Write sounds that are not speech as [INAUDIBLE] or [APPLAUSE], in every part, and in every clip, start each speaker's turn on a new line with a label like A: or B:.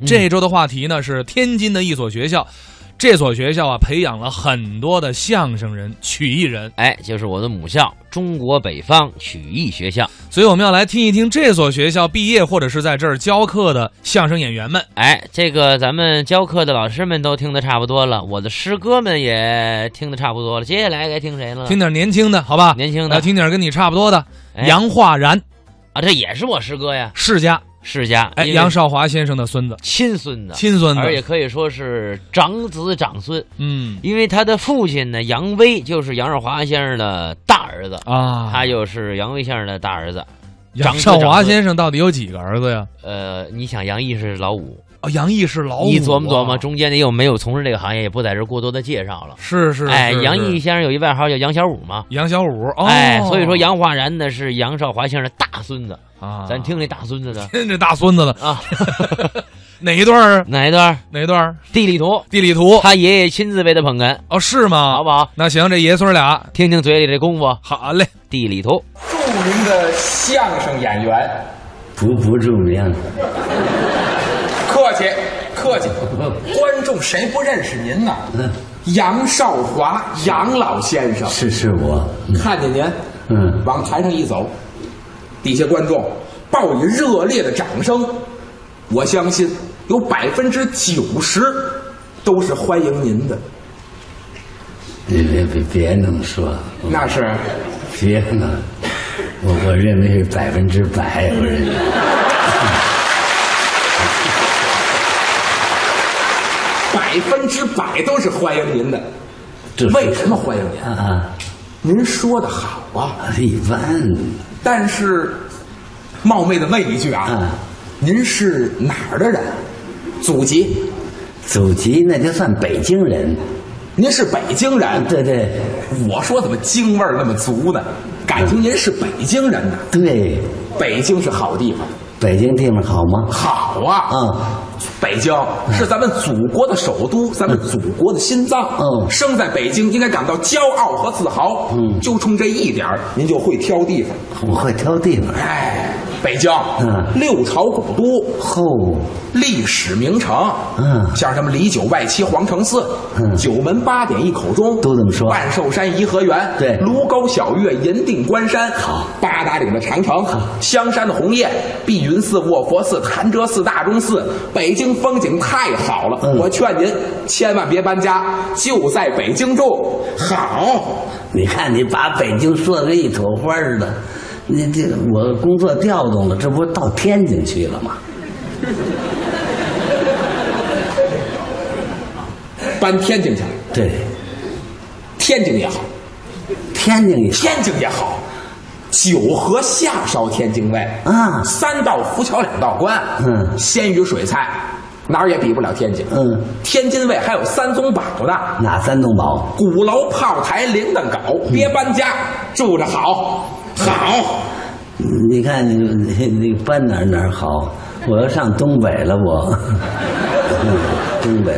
A: 嗯
B: 这一周的话题呢是天津的一所学校，这所学校啊培养了很多的相声人、曲艺人，
A: 哎，就是我的母校中国北方曲艺学校。
B: 所以我们要来听一听这所学校毕业或者是在这儿教课的相声演员们。
A: 哎，这个咱们教课的老师们都听得差不多了，我的师哥们也听得差不多了。接下来该听谁了？
B: 听点年轻的，好吧？
A: 嗯年轻
B: 来
A: 的
B: 听点跟你差不多的。
A: 哎
B: 杨化然，
A: 啊，这也是我师哥呀，
B: 世家，
A: 世家
B: 哎，
A: 因为
B: 杨少华先生的孙子，
A: 亲孙子，
B: 亲孙
A: 而且
B: 子。
A: 可以说是长子长孙，
B: 嗯
A: 因为他的父亲呢，杨威就是杨少华先生的大儿子，
B: 啊
A: 他，就是杨威先生的大儿子。
B: 杨
A: 长子
B: 少华
A: 长孙
B: 先生到底有几个儿子呀？
A: 呃，你想杨毅是老五，
B: 哦，杨毅是老五啊，
A: 你琢磨琢磨，中间呢又没有从事这个行业，也不在这儿过多的介绍了。
B: 是是，
A: 哎，
B: 是
A: 杨
B: 是
A: 毅先生有一外号叫杨小五嘛。
B: 杨小五，哦、
A: 哎，所以说杨化然呢是杨少华先生的大孙子，
B: 啊，
A: 咱听这大孙子的
B: 听这大孙子了，
A: 啊，
B: [LAUGHS] 哪一段儿？
A: 哪一段？
B: 哪一段儿？
A: 地理图，
B: 地理图
A: 他爷爷亲自为他捧哏，
B: 哦，是吗？
A: 好不好？
B: 那行，这爷孙俩
A: 听听嘴里这功夫，
B: 好嘞，
A: 地理图。
C: 著名的相声演员，
D: 不不重要，
C: 客气客气，观众谁不认识您呢？
D: 嗯
C: 杨少华，杨老先生，
D: 是是我，
C: 看见您，
D: 嗯
C: 往台上一走，底下观众报以热烈的掌声，我相信有百分之九十都是欢迎您的，
D: 你别别别那么说，
C: 那是
D: 别呢，我我认为是百分之百，我认为。
C: 百分之百都是欢迎您的。
D: 这是
C: 为什么欢迎您？
D: 啊？
C: 您说的好啊。
D: 一般
C: 但是，冒昧的问一句啊，
D: 嗯
C: 您是哪儿的人？祖籍？
D: 祖籍那就算北京人，啊
C: 您是北京人？
D: 嗯对对
C: 我说怎么京味儿那么足呢？感
D: 嗯
C: 情您是北京人呢？
D: 对，
C: 北京是好地方，
D: 北京地方好吗？
C: 好啊！
D: 嗯，
C: 北京是咱们祖国的首都，咱们祖国的心脏。
D: 嗯
C: 生在北京应该感到骄傲和自豪。
D: 嗯
C: 就冲这一点儿，您就会挑地方。
D: 我会挑地方。
C: 哎，北京，
D: 嗯
C: 六朝古都，
D: 后
C: 历史名城，
D: 嗯
C: 像什么李九外七皇城寺，
D: 嗯
C: 九门八点一口钟，
D: 都这么说
C: 万寿山颐和园，
D: 对
C: 卢沟晓月银锭关山，好，八达岭的长城，香山的红叶，碧云寺、卧佛寺、潭柘寺、大钟寺，北京风景太好了。
D: 嗯
C: 我劝您千万别搬家，就在北京住。好，
D: 你看你把北京说的跟一朵花似的，你这我工作调动了，这不到天津去了吗？
C: 搬天津去，
D: 对，
C: 天津也好，
D: 天津也
C: 天津也好。九河下梢天津卫
D: 啊
C: 三道浮桥两道关，
D: 嗯
C: 鲜鱼水菜哪儿也比不了天津。
D: 嗯，
C: 天津卫还有三宗宝呢，
D: 哪三栋宝？
C: 鼓楼、炮台、铃铛镐，
D: 嗯
C: 别搬家，住着好，好。
D: [LAUGHS] 你看你你你搬哪儿哪儿好？我要上东北了，我， [LAUGHS] 嗯东北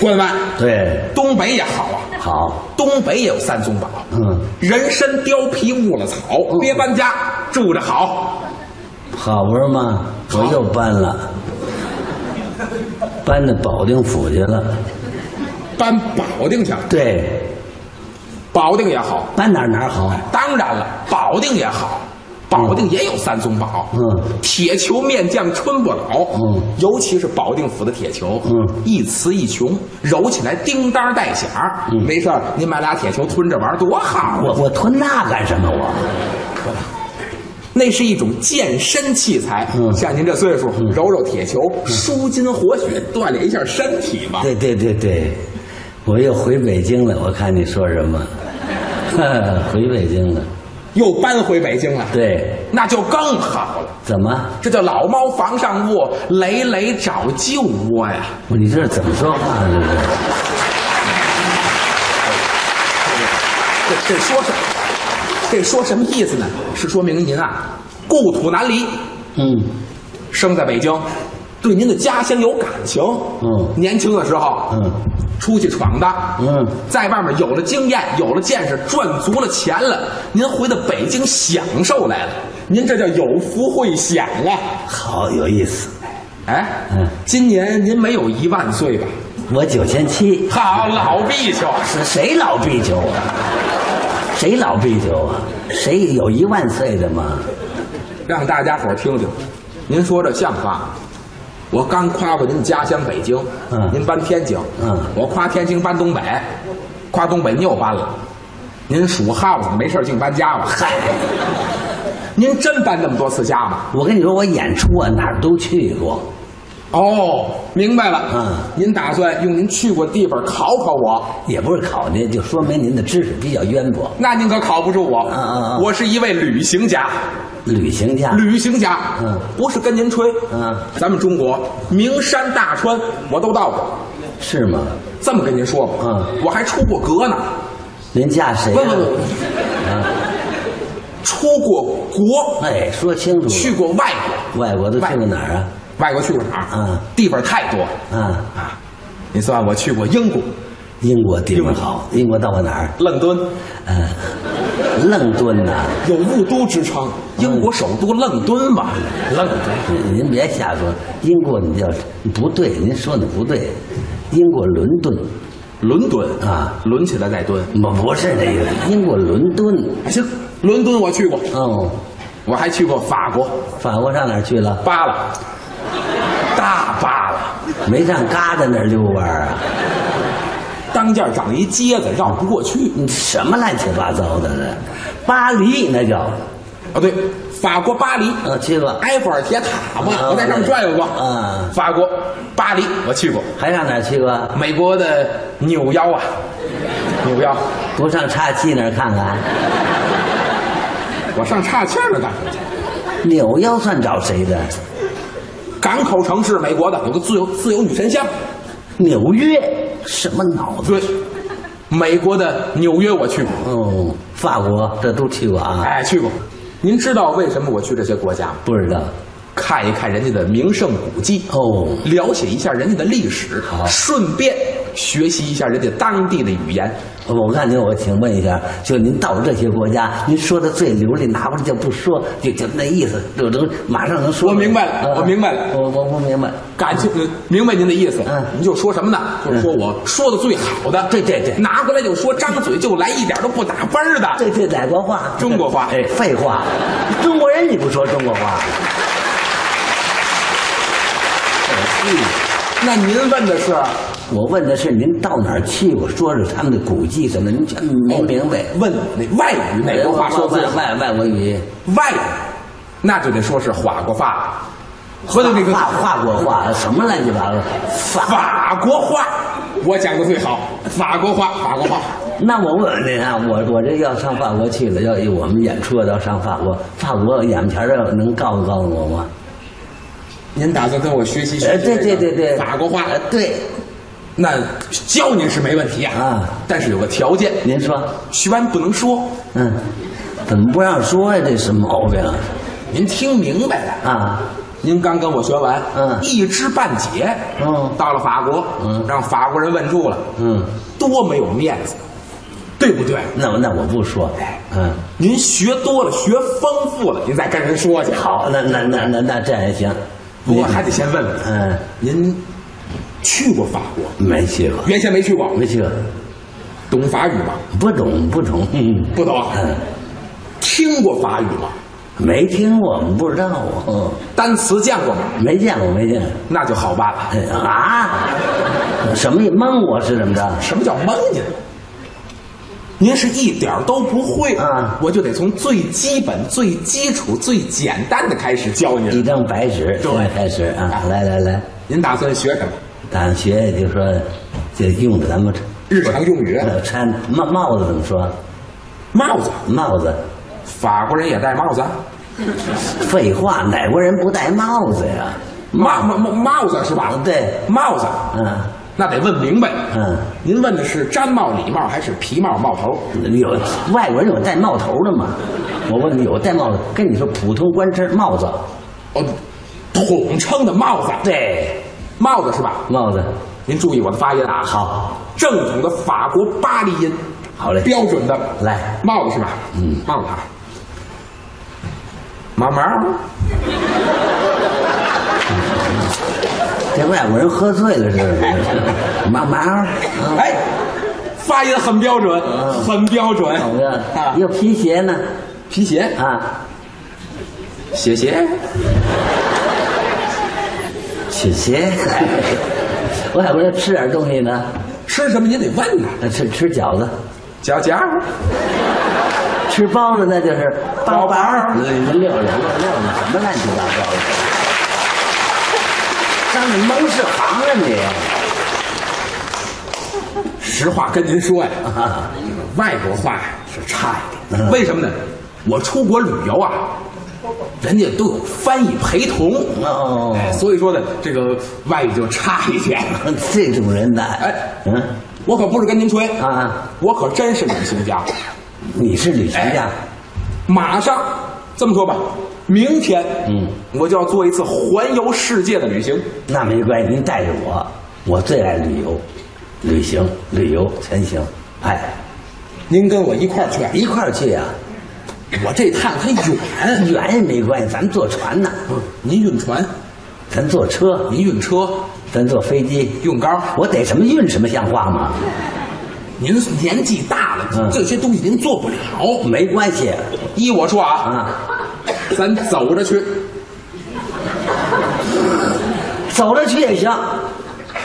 C: 关外，
D: 对
C: 东北也好啊，
D: 好，
C: 东北也有三宗宝，
D: 嗯，
C: 人参、貂皮、木了草，
D: 哦
C: 别搬家，住着好。
D: 好不是吗？我又搬了，搬到保定府去了。
C: 搬保定去了，
D: 对，
C: 保定也好，
D: 搬哪儿哪儿好？
C: 当然了，保定也好，保定也有三宗宝。
D: 嗯，
C: 铁球面匠春不老。
D: 嗯
C: 尤其是保定府的铁球，
D: 嗯
C: 一瓷一琼，揉起来叮当带响。
D: 嗯
C: 没事儿，您买俩铁球吞着玩儿多好啊！
D: 我我吞那干什么？我
C: 那是一种健身器材。
D: 嗯
C: 像您这岁数，揉揉铁球，舒筋活血，锻炼一下身体嘛。
D: 对对对对，我又回北京了。我看你说什么？ [LAUGHS] 回北京了。
C: 又搬回北京了，
D: 对，
C: 那就更好了。
D: 怎么？
C: 这叫老猫房上卧，累累找旧窝呀。
D: 你这是怎么说话呢？这是。
C: 这这说什这说什么意思呢？是说明您啊，故土难离，
D: 嗯，
C: 生在北京，对您的家乡有感情。
D: 嗯
C: 年轻的时候，
D: 嗯，
C: 出去闯荡，
D: 嗯
C: 在外面有了经验，有了见识，赚足了钱了，您回到北京享受来了。您这叫有福会享啊！
D: 好，有意思。
C: 哎
D: 嗯，
C: 今年您没有一万岁吧？ [LAUGHS]
D: 我九千七，
C: 好，老毕球，
D: 是谁老逼酒啊？谁老逼酒啊？谁有一万岁的吗？
C: 让大家伙儿听听，您说这像话吗？我刚夸过您家乡北京，
D: 嗯
C: 您搬天津，
D: 嗯
C: 我夸天津搬东北，夸东北您又搬了，您属耗子没事儿净搬家吧？嗨，您真搬那么多次家吗？
D: 我跟你说，我演出啊哪儿都去过，
C: 哦，明白了，
D: 嗯
C: 您打算用您去过地方考考我？
D: 也不是考您，就说明您的知识比较渊博。
C: 那您可考不住我，
D: 嗯嗯嗯
C: 我是一位旅行家，
D: 旅行家，
C: 旅行家，
D: 嗯
C: 不是跟您吹，
D: 嗯
C: 咱们中国名山大川我都到过，
D: 是吗？
C: 这么跟您说吧，
D: 嗯
C: 我还出过国呢，
D: 您嫁谁、
C: 不
D: 啊？
C: 不不，
D: 嗯
C: 出过国，
D: 哎，说清楚了。
C: 去过外国，
D: 外国都去过哪儿啊？
C: 外国去过哪儿？
D: 嗯
C: 地方太多了
D: 啊，
C: 啊，你算我去过英国，
D: 英国地方好，英国到过哪儿？
C: 伦敦
D: 嗯，愣敦呐、
C: 有雾都之称，
D: 嗯
C: 英国首都伦敦吧，伦敦。
D: 您别瞎说，英国你叫不对，您说的不对，英国伦敦，
C: 伦敦
D: 啊，
C: 抡起来再蹲。
D: 不不是这个，英国伦敦，
C: 行，伦敦我去过，
D: 哦，
C: 我还去过法国
D: 法国上哪儿去了？
C: 巴了，大巴了，
D: 没上嘎达那儿遛弯儿啊？
C: 当间长一疖子，绕不过去。
D: 你什么乱七八糟的呢？巴黎那叫，
C: 啊，对，法国巴黎，
D: 呃，去过，
C: 埃菲尔铁塔嘛，
D: 啊
C: 我在上面转悠过。
D: 啊
C: 法国巴黎我去过，
D: 还上哪儿去过？
C: 美国的纽腰啊，纽腰，
D: 不上岔气那儿看看？
C: 我上岔气儿了，干什么去？
D: 扭腰算找谁的？
C: 港口城市，美国的有个自由自由女神像，
D: 纽约什么脑子？
C: 对，美国的纽约我去过。
D: 哦，法国这都去过啊？
C: 哎，去过。您知道为什么我去这些国家吗？
D: 不知道
C: 看一看人家的名胜古迹，
D: 哦。
C: 了解一下人家的历史
D: 好，
C: 顺便学习一下人家当地的语言。
D: 呃我看您，我请问一下，就您到这些国家，您说的最流利，拿回来就不说，就就那意思，就能马上能说。
C: 我明白了
D: 啊
C: 我明白了
D: 我我不明白。
C: 感情呃明白您的意思，
D: 嗯
C: 您就说什么呢？就是说我说的最好的，
D: 对对对
C: 拿过来就说，张嘴就来，一点都不打班儿的。
D: 这这哪国话？
C: 中国话
D: [LAUGHS] 哎，废话，中国人你不说中国话，可惜。
C: 那您问的是
D: 哎啊我问的是您到哪儿去过，说说他们的古迹什么，您全没明白。
C: 问那外语哪哦国话说最
D: 外
C: 好？
D: 外外国语？
C: 外语，那就得说是法国话，和那个
D: 法法国话什么乱七八糟？法。
C: 法国话，我讲的最好，法国话，法国话。
D: 那我问问您啊，我我这要上法国去了，要我们演出要上法国，法国眼前的能告诉告诉我吗？
C: 您打算跟我学习学
D: 哎，
C: 习
D: 对
C: 这
D: 对
C: 个
D: 对对，
C: 法国话
D: 呃，对，
C: 那教您是没问题啊。
D: 啊
C: 但是有个条件，
D: 您说，
C: 学完不能说。
D: 嗯，怎么不让说呀、这什么毛病啊？
C: 您听明白了？
D: 啊，
C: 您刚跟我学完，
D: 嗯
C: 一知半解。
D: 嗯
C: 到了法国，
D: 嗯
C: 让法国人问住了，
D: 嗯，
C: 多没有面子，对不对？
D: 那我那我不说，嗯，
C: 您学多了，学丰富了，您再跟人说去。，
D: 好，那那那那那这样也行，
C: 不过还得先问问，
D: 嗯，
C: 您去过法国？
D: 没去过，
C: 原先没去过，
D: 没去过，
C: 懂法语吗？
D: 不懂不懂，嗯
C: 不懂。
D: 嗯，
C: 听过法语吗？
D: 没听过，不知道啊，嗯
C: 单词见过吗？
D: 没见过没见过。
C: 那就好办了。
D: 哎啊，什么意蒙我是怎么着？
C: 什么叫蒙您？您是一点儿都不会
D: 啊
C: 我就得从最基本、最基础、最简单的开始教
D: 一
C: 您。
D: 张白纸，
C: 对
D: 现在开始啊，来来来，
C: 您打算学什么？
D: 打算学就说，就用的咱们
C: 日常用语，
D: 呃穿帽帽子怎么说？
C: 帽子，
D: 帽子，
C: 法国人也戴帽子啊，
D: 废话，哪国人不戴帽子呀？
C: 帽帽帽帽子是吧？
D: 对，
C: 帽子，
D: 嗯
C: 那得问明白。
D: 嗯，
C: 您问的是毡帽、礼帽还是皮帽、帽头？
D: 有外国人有戴帽头的吗？我问你，有戴帽子？跟你说，普通官绅帽子，
C: 哦，统称的帽子，
D: 对，
C: 帽子是吧？
D: 帽子，
C: 您注意我的发音啊，
D: 好，
C: 正统的法国巴黎音，
D: 好嘞
C: 标准的
D: 来
C: 帽子是吧？
D: 嗯，
C: 帽子啊，毛毛，
D: 这外国人喝醉了似的，麻麻啊，
C: 哎，发音很标准，
D: 嗯
C: 很标准
D: 怎么
C: 啊
D: 样？有皮鞋呢，
C: 皮鞋，
D: 啊，
C: 鞋鞋，
D: 皮鞋， [LAUGHS] 外国人吃点东西呢，
C: 吃什么您得问呐，
D: 呃吃吃饺子，
C: 脚夹儿，
D: 吃包子那就是
C: 包包
D: 儿哎你们六六六六你什么乱七八糟的？当你蒙是行啊你
C: 实话跟您说呀，
D: 啊！
C: 外国话呀是差一点，
D: 嗯
C: 为什么呢？我出国旅游啊，人家都有翻译陪同，
D: 哦，
C: 哎所以说呢，这个外语就差一点。
D: 嗯这种人呐，
C: 哎
D: 嗯，
C: 我可不是跟您吹
D: 啊，
C: 我可真是旅行家。
D: 你是旅行家，
C: 马上，这么说吧，明天，嗯，我就要做一次环游世界的旅行。
D: 那没关系，您带着我，我最爱旅游，旅行、旅游全行。哎，
C: 您跟我一块儿去，
D: 一块儿去啊，
C: 我这趟它远，
D: 远也没关系，咱们坐船呢，
C: 嗯您运船，
D: 咱坐车，
C: 您运车，
D: 咱坐飞机。
C: 运高，
D: 我逮什么运什么像话吗？
C: 您年纪大了，
D: 嗯
C: 这些东西您做不了。
D: 没关系
C: 依我说啊，
D: 啊，
C: 咱走着去，
D: 走着去也行，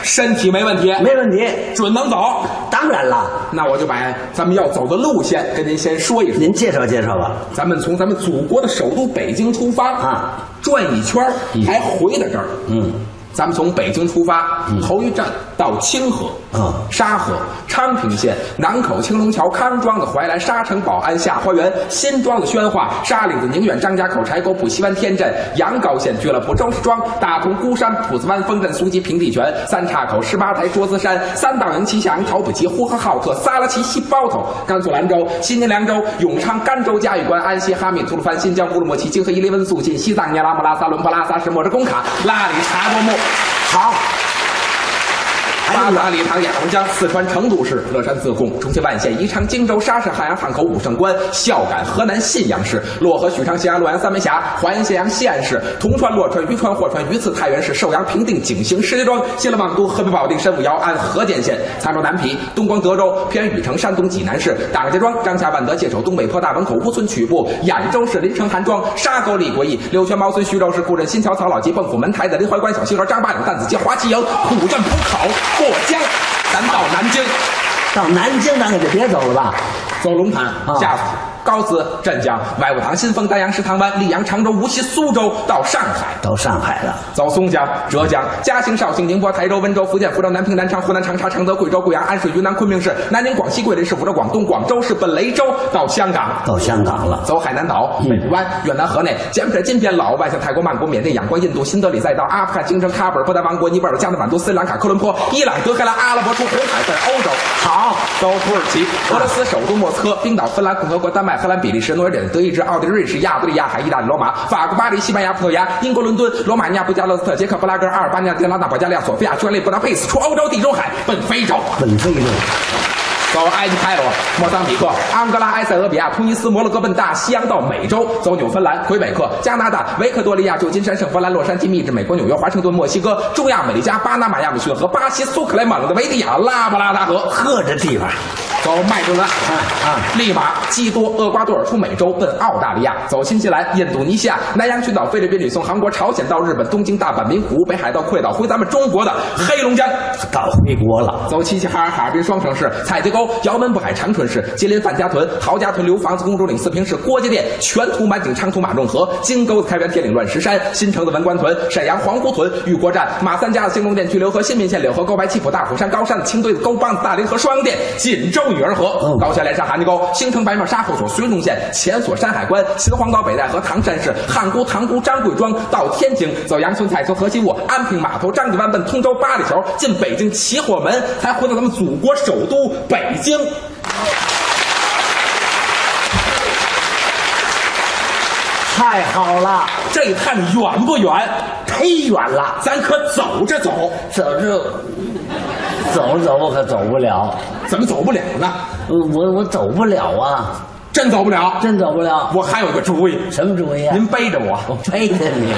C: 身体没问题，
D: 没问题。
C: 准能走。
D: 当然了，
C: 那我就把咱们要走的路线跟您先说一说。
D: 您介绍介绍吧。
C: 咱们从咱们祖国的首都北京出发
D: 啊，
C: 转一圈儿还回到这儿。
D: 嗯，
C: 咱们从北京出发，头一站到清河
D: 啊
C: 沙河、昌平县、南口、青龙桥、康庄子、怀来、沙城、宝安、下花园、新庄子、宣化、沙岭子、宁远、张家口、柴沟、浦西湾、天镇、阳高县俱乐部、周市庄、大同、孤山、浦子湾、丰镇、苏集、平地泉、三岔口、十八台、桌子山、三道营、旗下营、陶土集、呼和浩特、撒拉齐、西包头、甘肃兰州、新宁凉州、永昌、甘州、嘉峪关、安西、哈密、吐鲁番、新疆乌鲁木齐、泾河、伊犁、温宿晋、西藏、尼拉姆拉萨、伦布拉萨什、莫什工卡、拉里、察布木。
D: 好，哎
C: 八达礼堂、雅龙江、四川成都市、乐山自贡、重庆万县、宜昌、荆州、沙市、汉阳、汉口、武胜关、孝感、河南信阳市、漯河、许昌、咸阳、洛阳、三门峡、华阴、咸阳、西安市、铜川、洛川、榆川、霍川、榆次、太原市、寿阳、平定、景兴、石家庄、新乐望都、河北保定、申武姚、安河间县、沧州南皮、东光德州、偏远禹城、山东济南市、大石家庄、张家、万德、界首、东北坡、大门口、乌村、曲阜、兖州市、临城、韩庄、沙沟、李国义、柳泉、毛村、徐州市、固镇、新桥、曹老集、蚌埠、门台子、临淮关、小西河、张八岭、担子街、华旗营、虎镇浦口、过江，咱到南京，
D: 到南京咱可就别走了吧。
C: 走龙潭、
D: 啊
C: 下府、高淄、镇江、外务堂、新丰、丹阳、石塘湾、溧阳、常州、无锡、苏州，到上海。
D: 到上海了，
C: 走松江、浙江、嘉兴、绍兴、宁波、台州、温州、福建福州、南平、南昌、湖南长沙、常泽、贵州、贵阳、安顺、云南昆明市、南宁、广西桂林市、福州、广东、广州市、本雷州到香港。
D: 到香港了，
C: 走海南岛、
D: 嗯
C: 北湾、越南河内、柬埔寨、金边、老挝、外向泰国、曼谷、缅甸、仰光、印度、新德里，再到阿富汗、京城、喀布尔、不丹王国、尼泊尔、加德满都、斯里兰卡、科伦坡、伊朗、德黑兰、阿拉伯出红海，在欧洲。好，到土耳其、俄罗斯首都莫斯科、冰岛、芬兰共和国、丹麦、荷兰、比利时、挪威、德意志、奥地利、瑞士、亚得里亚海、意大利罗马、法国巴黎、西班牙葡萄牙、英国伦敦、罗马尼亚布加勒斯特、捷克布拉格、阿尔巴尼亚、迪拉纳、保加利亚、索菲亚、匈牙利、布达佩斯，出欧洲地中海，奔非洲。
D: 奔非洲。
C: 走埃及、开罗、莫桑比克、安哥拉、埃塞俄比亚、突尼斯、摩洛哥奔大西洋到美洲，走纽芬兰、魁北克、加拿大、维克多利亚、旧金山、圣弗兰、洛杉矶、密治、美国纽约、华盛顿、墨西哥、中亚、美利加、巴拿马、亚马逊河、巴西、苏克兰、马鲁的维迪亚、拉布拉达河，
D: 呵，这地方，
C: 走麦哲伦。
D: 啊，
C: 利马、基多、厄瓜多尔出美洲，奔澳大利亚，走新西兰、印度尼西亚、南洋群岛、菲律宾、吕宋、韩国、朝鲜到日本东京、大阪、名古屋、北海道、贵岛，回咱们中国的黑龙江。
D: 到回国了，
C: 走齐齐哈尔、哈尔滨双城市、采集沟、姚门不海、长春市、吉林范家屯、陶家屯、刘房子、公主岭、四平市、郭家店、全图满井、昌图马仲河、金沟子、开原、铁岭、乱石山、新城子、文官屯、沈阳黄湖屯、玉国站、马三家子、兴隆店、巨流河、新民县、柳河、沟白、七浦、大虎山、高山、清堆子、沟帮子、大林河、双阳店、锦州女儿河、
D: 嗯
C: 高下连山、韩家沟、兴城白庙、沙后所、绥中县、前所、山海关、秦皇岛北戴河、唐山市、汉沽、塘沽、张贵庄到天津，走杨村、蔡村、河西坞、安平码头、张家湾奔通州八里桥，进北京齐火门，才回到咱们祖国首都北京。
D: 太好了，
C: 这一趟远不远？
D: 忒远了，
C: 咱可走着走，
D: 走着走着走我可走不了，
C: 怎么走不了呢？
D: 呃我我走不了啊，
C: 真走不了。
D: 真走不了。
C: 我还有一个主意，
D: 什么主意啊？
C: 您背着我，
D: 我背着你，